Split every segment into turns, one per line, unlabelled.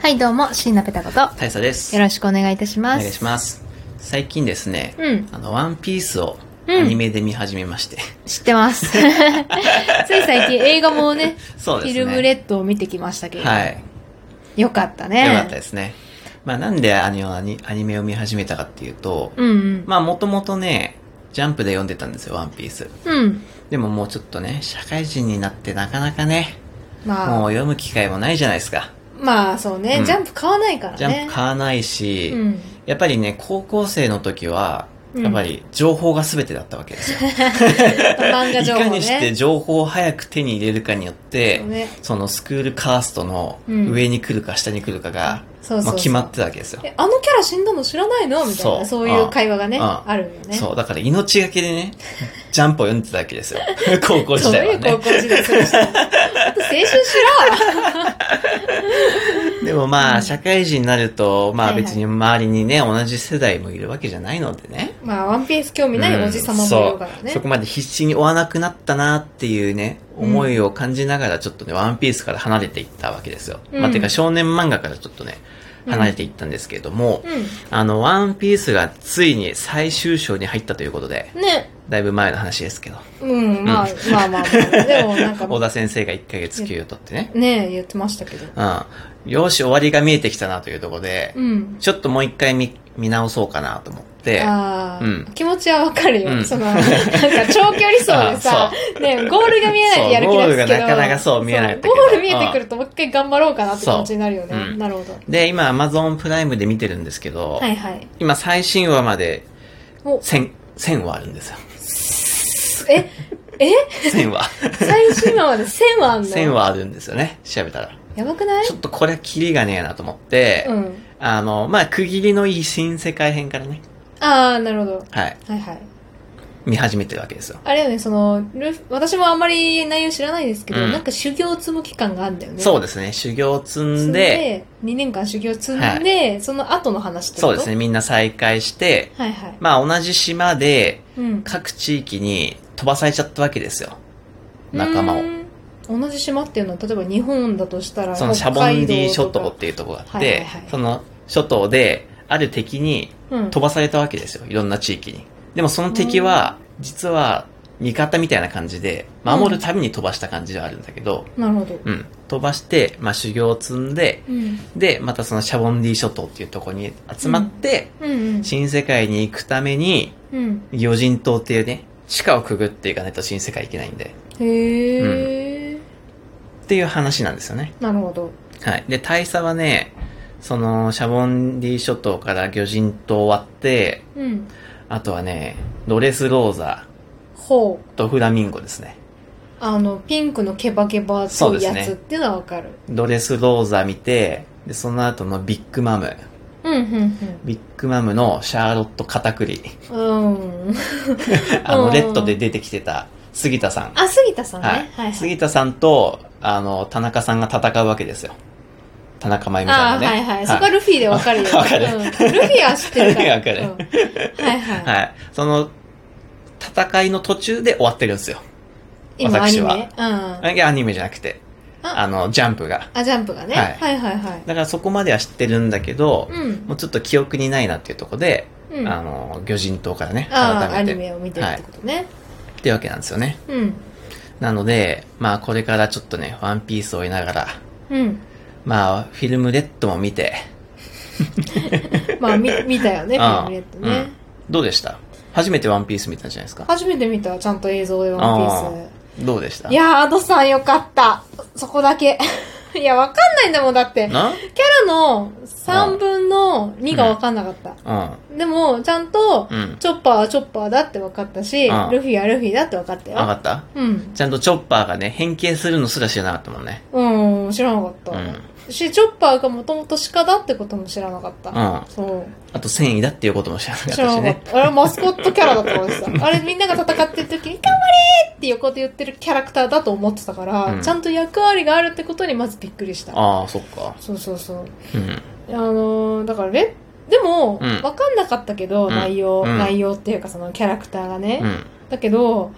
はい、どうも、椎名ペタこと。よ
大佐です。
ろしくお願いいたし
お
ます。
願いします。最近ですね、
うん
あの、ワンピースを
うん
アニメで見始めまして。
す。知ってます。つい最近映画もね、
そうですね。
フィルムレッドを見てきましたけれど、
はい。
よかったね。
よかったですね。まあ、なんでアニアニアニメを見始めたかっていうと、
うんうん。
まあ、もともとね、ジャンプで読んでたんですよ、ワンピース。
うん。
でももうちょっとね、社会人になってなかなかね、も
まあ、
う読む機会もないじゃないですか。
まあそうね、
うん
ジャンプ買わないからね。
ジャンプ買わないし、
うん。
やっぱりね、高校生の時は、
うん
やっぱり情報が全てだったわけですよ。
漫画
い
情報ね。
かにして情報を早く手に入れるかによって、
そうね
そのスクールカーストの
うん
上に来るか下に来るかが、
そうそうそう
まあ、決まってたわけですよ。
え、あのキャラ死んだの知らないのみたい
そ
な、
う
そういう会話がね、
あ
あるよね。
そう、だから命がけでね、 ジャンプを読んでたわ けですよ。高校時
どう
代
い
は
う高
ね。
校時代それしたのあと青春し
でもまあ、社会人になると、ま
は
あ
いはい
別に周りにね、同じ世代もいるわけじゃないのでね。
ろまあ、ワンピース興味ないおじさまもいるから
うんそう
ね
そ。こまで必死に追わなくなったなっていうね、思いを感じながらちょっとね、ワンピースから離れていったわけですよ。ま
う
あ、
ん
てか少年漫画からちょっとね、離れていったんですけれども、
う
あの、ワンピースがついに最終章に入ったということで、
ん。ね。
だいぶ前の話ですけど、
うん、まあ、まあまあまあ。でも なんか、
小田先生が1ヶ月休養取ってね、
ねえ、言ってましたけど。
うん。よし、終わりが見えてきたなというところで
う、ん。
ちょっともう一回見、見直そうかなと思って、
ああ、
うん
気持ちはわかるよ。
うん
その、なんか長距離走で
あ
さ、ねえゴールが見えないでやる気ですけど。
そうゴールがなかなかそう見えなかったけど
そうゴール見えてくるともう一回頑張ろうかなって気持ちになるよね。
そううん
なるほど。
で、今 Amazon プライムで見てるんですけど、
はいはい。
今最新話まで
お、
1000、1000話あるんですよ。
え、え
1000話。
最新話まで1000話あんの
1000。話あるんですよね、調べたら。
やばくない
ちょっとこれはキリがねえなと思って、
うん。
あの、まあ、区切りのいい新世界編からね、
ああ、なるほど。
はい、
はいはい。
見始めてるわけですよ。
あれよね、その、ルフ私もあんまり内容知らないですけど、
うん
なんか修行を積む期間があるんだよね。
そうですね、修行を積
積
ん
ん
で、
で、2年間修行積んで、
は
その後の話ってこ
そう
と
ですね、みんな再会して、
はいはい。
まあ同じ島で
うん。
各地域に飛ばされちゃったわけですよ。仲間を
う。ーん。同じ島っていうのは、例えば日本だとしたら、
そのシャボンディ諸
北
島
海
っていうところがあっ
はいはい
て
はい、
その諸島である敵に
道とかうん、
飛ばされたわけですよ、いろんな地域に。でもその敵は、実は味方みたいな感じで、守るために飛ばした感じはあるんだけど、
なるほど。
うん。飛ばして、まあ修行を積んで、
うん。
で、またそのシャボンディ諸島っていうところに集まって、
うんうん。
新世界に行くために、
うん。
魚人島っていうね、地下をくぐっていかないと新世界行けないんで、
へえ、
っていう話なんですよね。
なるほど。
はい。で、大佐はね、その、シャボンディ諸島から魚人島を割って、
うん。
あとはね、ドレスローザ
ほう。
とフラミンゴですね。
あの、ピンクのケバケバって
そう
いう
ですね
やつっていうのはわかる。
ドレスローザ見て、で、その後のビッグマム。
うん、うん、
ビッグマムのシャーロット・カタ クリ。
うん。うん。
あの、
うん
レッドで出てきてた杉田さん。
あ、杉田さんね。
は
はいい、はい。
杉田さんと、あの、田中さんが戦うわけですよ。田中真由美
あ
さ
あ、
んがね。
はいはい。そこはルフィでわかるよ。
わかる
うんルフィは知ってるから。
ルフィはわ
うんはいはい。
はい。その、戦いの途中で終わってるんですよ。
今ア
私
ニ
は
メ。うん。
いや、アニメじゃなくて、あ
あ
の、ジャンプが。
あ、ジャンプがね。
は
はいいはいはい。
だからそこまでは知ってるんだけど、
うん。
もうちょっと記憶にないなっていうところで、
うん。
あ
あ
の、魚人島からね、
あー、ア
改
ニ
めて。
メを見てるってことね。
ってわけなんですよね。
うん。
なので、まあこれからちょっとね、ワンピースを追いながら、
うん。
まあ、フィルムレッドも見て、
まあ、 み見たよね、フィルムレッド
う
ね
ん。どうでした初めてワンピース見たじゃないですか。
初めて見た、ちゃんと映像でワンピ
あ
ー
どうでした
ス。いやー、アドさんよかった。そこだけ。 いや、わかんないんだもん、だって。キャ
な
ラの3分の2がわかんなかった。
うん。
でも、ちゃんと、
うん。
チョッパーはチョッパーだって分かったし、
ああ
ルフィはルフィだって分かった
分か
よ。
った
うん。
ちゃんとチョッパーがね、変形するのすら知らなかったもんね。
うん、知らなかった。
うん
し、チョッパーがもともと鹿だってことも知らなかった。
うん
そ
あと繊維だっていうことも知らなかっ
う。
た
知ら
し
なか
ね
っ。た。あれマスコットキャラだと思って た。あれみんなが戦ってる時に、頑張れーって横で言ってるキャラクターだと思ってたから、
うん
ちゃんと役割があるってことにまずびっくりした。
ああ、そっか。
そうそうそう。
うん。
あのー、だからレでも、
う
分
ん
かんなかったけど、
うん
内容、
うん
内容っていうかそのキャラクターがね。
うん。
だけど、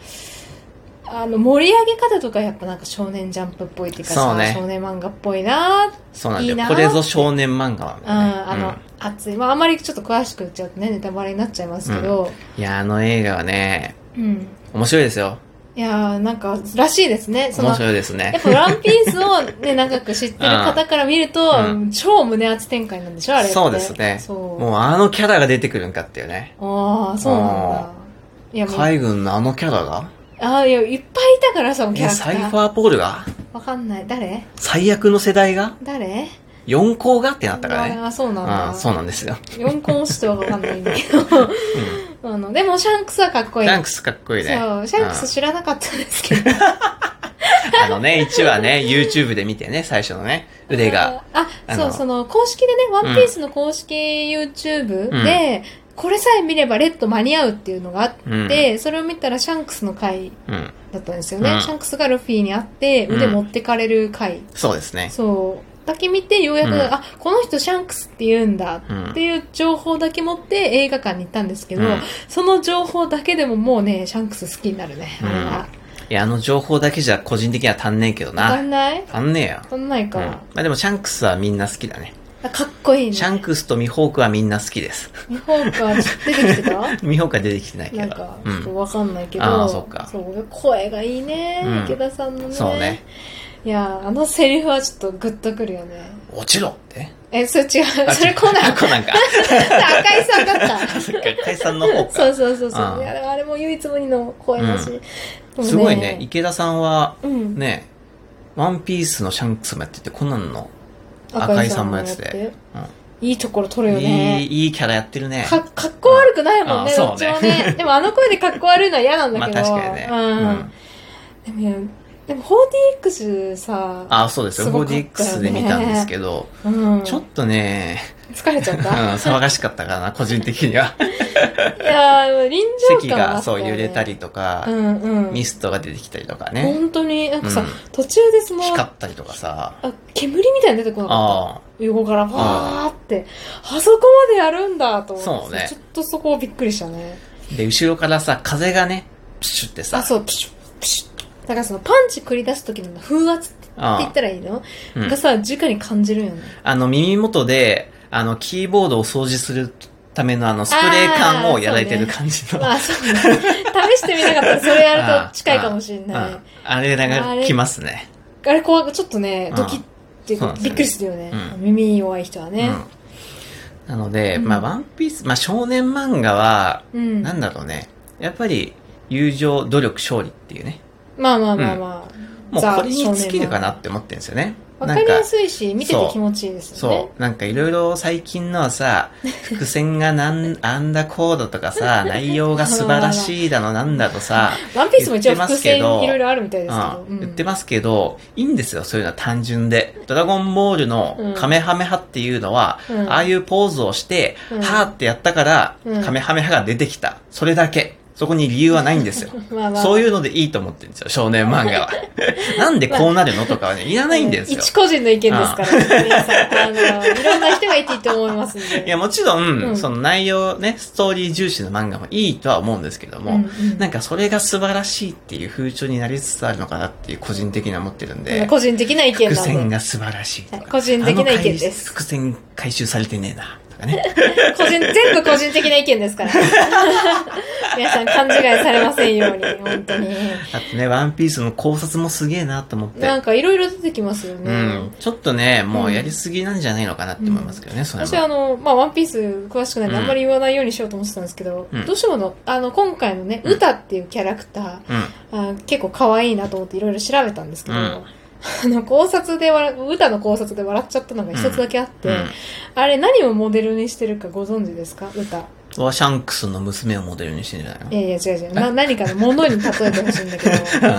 あの、盛り上げ方とかやっぱなんか少年ジャンプっぽいっていうかさ
そうね
少年漫画っぽいなー
そうなんだ
いい
よ。
な
これぞ少年漫画なんだ
ああ
よね。
の、熱い。まあ、あまりちょっと詳しく言っちゃうとね、ネタバレになっちゃいますけど、
うん、いや、あの映画はね、
うん。
面白いですよ。
いやー、なんか、らしいですね。その、
面
や
白いです
っ
ね。
ぱワンピースを ね、長く知ってる方から見ると、
うん
超胸熱展開なんでしょあれって。
そうですね。
そう。
もうあのキャラが出てくるんかっていうね。
ああ、そうなんだ。いや、もう、
海軍のあのキャラが
ああ、いや、いっぱいいたからさ、キャ
え、
ラクタ
サイフ
ー。
ァーポールが
わかんない。誰
最悪の世代が
誰
四校がってなったからね。
ああ、そうなん
あ
だ。
あそうなんですよ。
4コンしてはわかんないんだけど。 あの、でも、シャンクスはかっこいい。
シャンクスかっこいいね。
そう、シャンク
う
ス
ん
知らなかったんですけど。
あのね、1 話ね、YouTube で見てね、最初のね、腕が。。
あ、
あ
そ
の
う、その、公式でね、ワンピースの公式 YouTube で、これさえ見ればレッド間に合うっていうのがあって、それを見たらシャンクスの回
うん。
だったんですよね。
うん
シャンクスがルフィに会って、腕持ってかれる回。
そうですね。
そう。だけ見て、ようやく、
うん
あ、この人シャンクスって言うんだ
うん
っていう情報だけ持って映画館に行ったんですけど、
うん
その情報だけでももうね、シャンクス好きになるね。あれは。
いや、あの情報だけじゃ個人的には足んねえけど
わかん
な。
ない
足んねえよ
わ。かんない
うん。
か。
まあでもシャンクスはみんな好きだね。
あかっこいいね。
シャンクスとミホークはみんな好きです。
日本から出てきてた
ミホークは出てきてないけど。
なんか、
う
ちょっと
ん。
わかんないけど、
あーそっか
う声がいいね、
うん
池田さんのね。
そうね。。
いやー、あのセリフはちょっとグッとくるよね。
落ちろって。
え、それ違う。
あ
それコナン。
コナンか。
赤井さんだった。
そっか、解散の 方
そう
か。
そうそうそうう。
ん
いやでもあれも唯一無二の声だし。
う
で
ん
も
すごいね、。池田さんは、
うん。
ね、ワンピースのシャンクスもやってて、コナンの赤井さんもやってて。
いいところ取
う
る
ん
よ
い
ね。
い、いいキャラやってるね。
か、かっこ悪くないもんね、
あー
ど
そ
っ
う
ち
ね
もね。でもあの声でかっこ悪いのは嫌なん
ま
だ
あ
け
確
ど。
かにね。
うん。。でもね、でも 4DX さ、
あ、そうですよ。
すごかったよね
4DX で見たんですけど、
うん、
ちょっとね、
疲れちゃっ
うん、
た。
騒がしかったかな、個人的 には。
いやー、臨場
席
感はあ
が
ったよ
そう
ね
揺れたりとか
う、んうん。
ミストが出てきたりとかね、
本当に、なんかさ、
うん
途中でその、
光ったりとかさ、
あ煙みたいに出てこなかっ
あ
た。横からバーって、あそこまでやるんだと思
そ
っ
う
て、
ね
ちょっとそこびっくりしたね。
あ。で、後ろからさ、風がね、プシュって
あ、
さ、
そう、プシュッ、プシュッ。だからそのパンチ繰り出す時の風圧って言
あ
ったらいいの、
うん
がさ、直に感じるよね。
あの、耳元で、あの、キーボードを掃除するためのあの、スプレー缶をやられてる感じの。
まあ、そうね。試してみなかったらそれやると近いかもしれない。
うんあれが来ますね。
あれ怖く、ちょっとね、
うん
ドキっていう
そうな
か
ん、で
び
すよね
っくりするよね。
う
耳弱い人はね。
うんなので、
うん
まあ、ワンピース、まあ、少年漫画は、
うん。
なんだろうね。やっぱり、友情、努力、勝利っていうね。
まあまあまあまあ。
もう
ザ
これに尽きるかな
少
っ。
年漫
て思ってるんですよね。
画わ
な
か
ん
り
か、
やすいし、見てて気持ちいいですよね
そ。う。なんかいろいろ最近のはさ、伏線 がなん、あんだコードとかさ、内容が素晴らしいだのなんだとさ、
ワンピースも一応
言って
伏
ますけ
線
ど
いろいろあるみたいですけど。
うん、言って
ま
ますけど、いいんですよ、そういうのは単純で。ドラゴンボールのカメハメハっていうのは、
うん
ああいうポーズをして、
うん
はーってやったから、
うん
カメハメハが出てきた。それだけ。そこに理由はないんですよ。
す。 まあまあ。
そ
う
ういうのでいいと思ってるんですよ、少年漫画 は。なんでこうなるのとかはね、いらないんですよ。
一個人の意見ですから、皆さん。あの、いろんな人がいていいと思いますんで。
いや、もちろん、
うん
その内容ね、ストーリー重視の漫画もいいとは思うんですけども、
うんうん
なんかそれが素晴らしいっていう風潮になりつつあるのかなっていう個人的には思ってるんで、
個人的な意見
伏
な
線
んで。
が素晴らしいとか。
個人的な意見です
あの回伏線回収されてねえな、とかね。
個人、全部個人的な意見ですから。 皆さん勘違いされませんように、本当に。
あとね、ワンピースの考察もすげえなと思っ
なん
て。
かいろいろ出てきますよ
う
ね。
ん、ちょっとね、もうやりすぎなんじゃないのかなって思いますけどね、それ
私はあ
は。
の、まあ、ワンピース詳しくないんで、
う
あ
ん
んまり言わないようにしようと思ってたんですけど、
うん
どうしてもあの、あの、今回のね、
うん
歌っていうキャラクター、
うん。
あー結構可愛いなと思っていろいろ調べたんですけど、
うん
あの、考察で笑、歌の考察で笑っちゃったのが一つだけあって、
うん。
あれ何をモデルにしてるかご存知ですか歌。
それはシャンクスの娘をモデルにしてんじゃな
い
い
やいや、違う違う。な、何かのものに例えてほしいんだ けど、 あのー、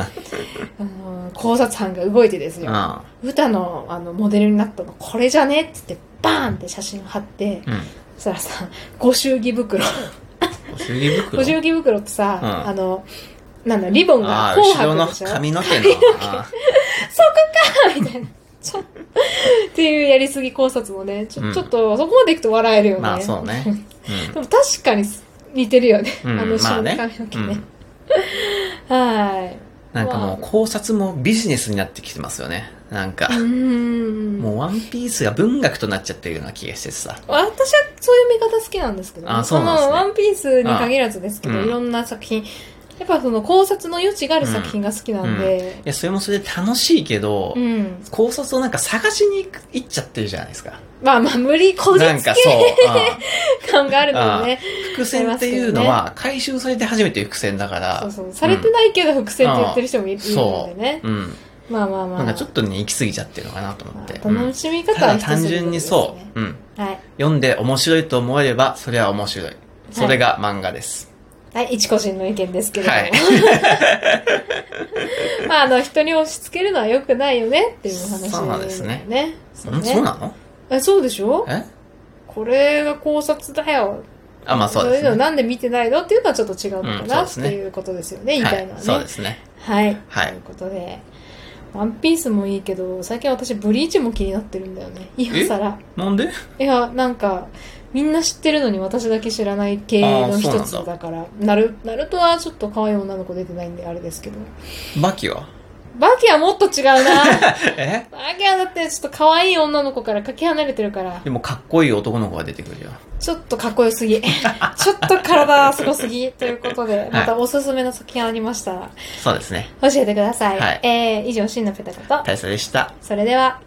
考察班が動いてですよ。
の
歌の、あの、モデルになったの、これじゃねっつって、バーンって写真を貼って、
うん。うん。
そしたらさ、ご祝儀袋。
ご祝儀
ご
袋。
祝儀袋ってさ、
うん
あの、なんだ、リボン
あ
が
あ、
紅
後ろの
白でしょ
髪の毛の。あ
みたいな。ちょっと、っていうやりすぎ考察もね、ちょ,、
うん
ちょっと、そこまでいくと笑えるよ
あ
ね。
まあそうね。
でも確かに似てるよね。
うん。
あ
う
の
ん、ま
後
あ
ろの
ね
髪の。毛
う
ね。
ん。
はーい。
なんかもう考察もビジネスになってきてますよね。なんか、
うん。
もうワンピースが文学となっちゃってるような気がしてさ。
私はそういう見方好きなんですけど、
あそうなんですね
そのワンピースに限らずですけど、
あうん
いろんな作品、やっぱその考察の余地がある作品が好きなんで
い、や、それもそれで楽しいけど、
うん。
考察をなんか探しに行っちゃってるじゃないですか。
まあまあ、無理こじ
なん
つけ
かそう。うん
感があるのでね。
伏線っていうのは回収されて初めて伏線だから。
そうそう。されてないけど伏線って言ってる人もいるの
そ
で
う。
ね。
うん。
まあまあまあ。
なんかちょっとね、行き過ぎちゃってるのかなと思って。
まあ楽しみ方
う
は
ん
人そ
ただ
れ
単
ぞれですね
純にそう。うん。
はい。
読んで面白いと思えれば、それは面白い。それが漫画です。
はい、一個人の意見ですけれども。
はい。
まあ、あの、人に押し付けるのは良くないよねっていうお話だよ
そうなんですね
ね。
う
そうんね
そうなの
えそうでしょ
え
これが考察だよ。
あ、まあそうで
いうのを
すね。
なんで見てないのっていうのはちょっと違うのか
うんそう
な、
で
っ
すね
ていうことですよね、言いたいのは
は
ね。
そうですね。
はい。
はい
ということで。ワンピースもいいけど、最近私ブリーチも気になってるんだよね。今更。
なんで
いや、なんか、みんな知ってるのに私だけ知らない系の一つだから、なる、ナルトはちょっと可愛い女の子出てないんであれですけど。
バキは
バキはもっと違う な
え
バキはだってちょっと可愛い女の子からかけ離れてるから、
でもかっこいい男の子が出てくるよ。
ちょっとかっこよす ぎ。ちょっと体すごすぎ。ということで、またおすすめの作品ありましたら
そうですね。
教えてください。
はい
えー、以上、真のペタコと、
大佐でした。
それでは。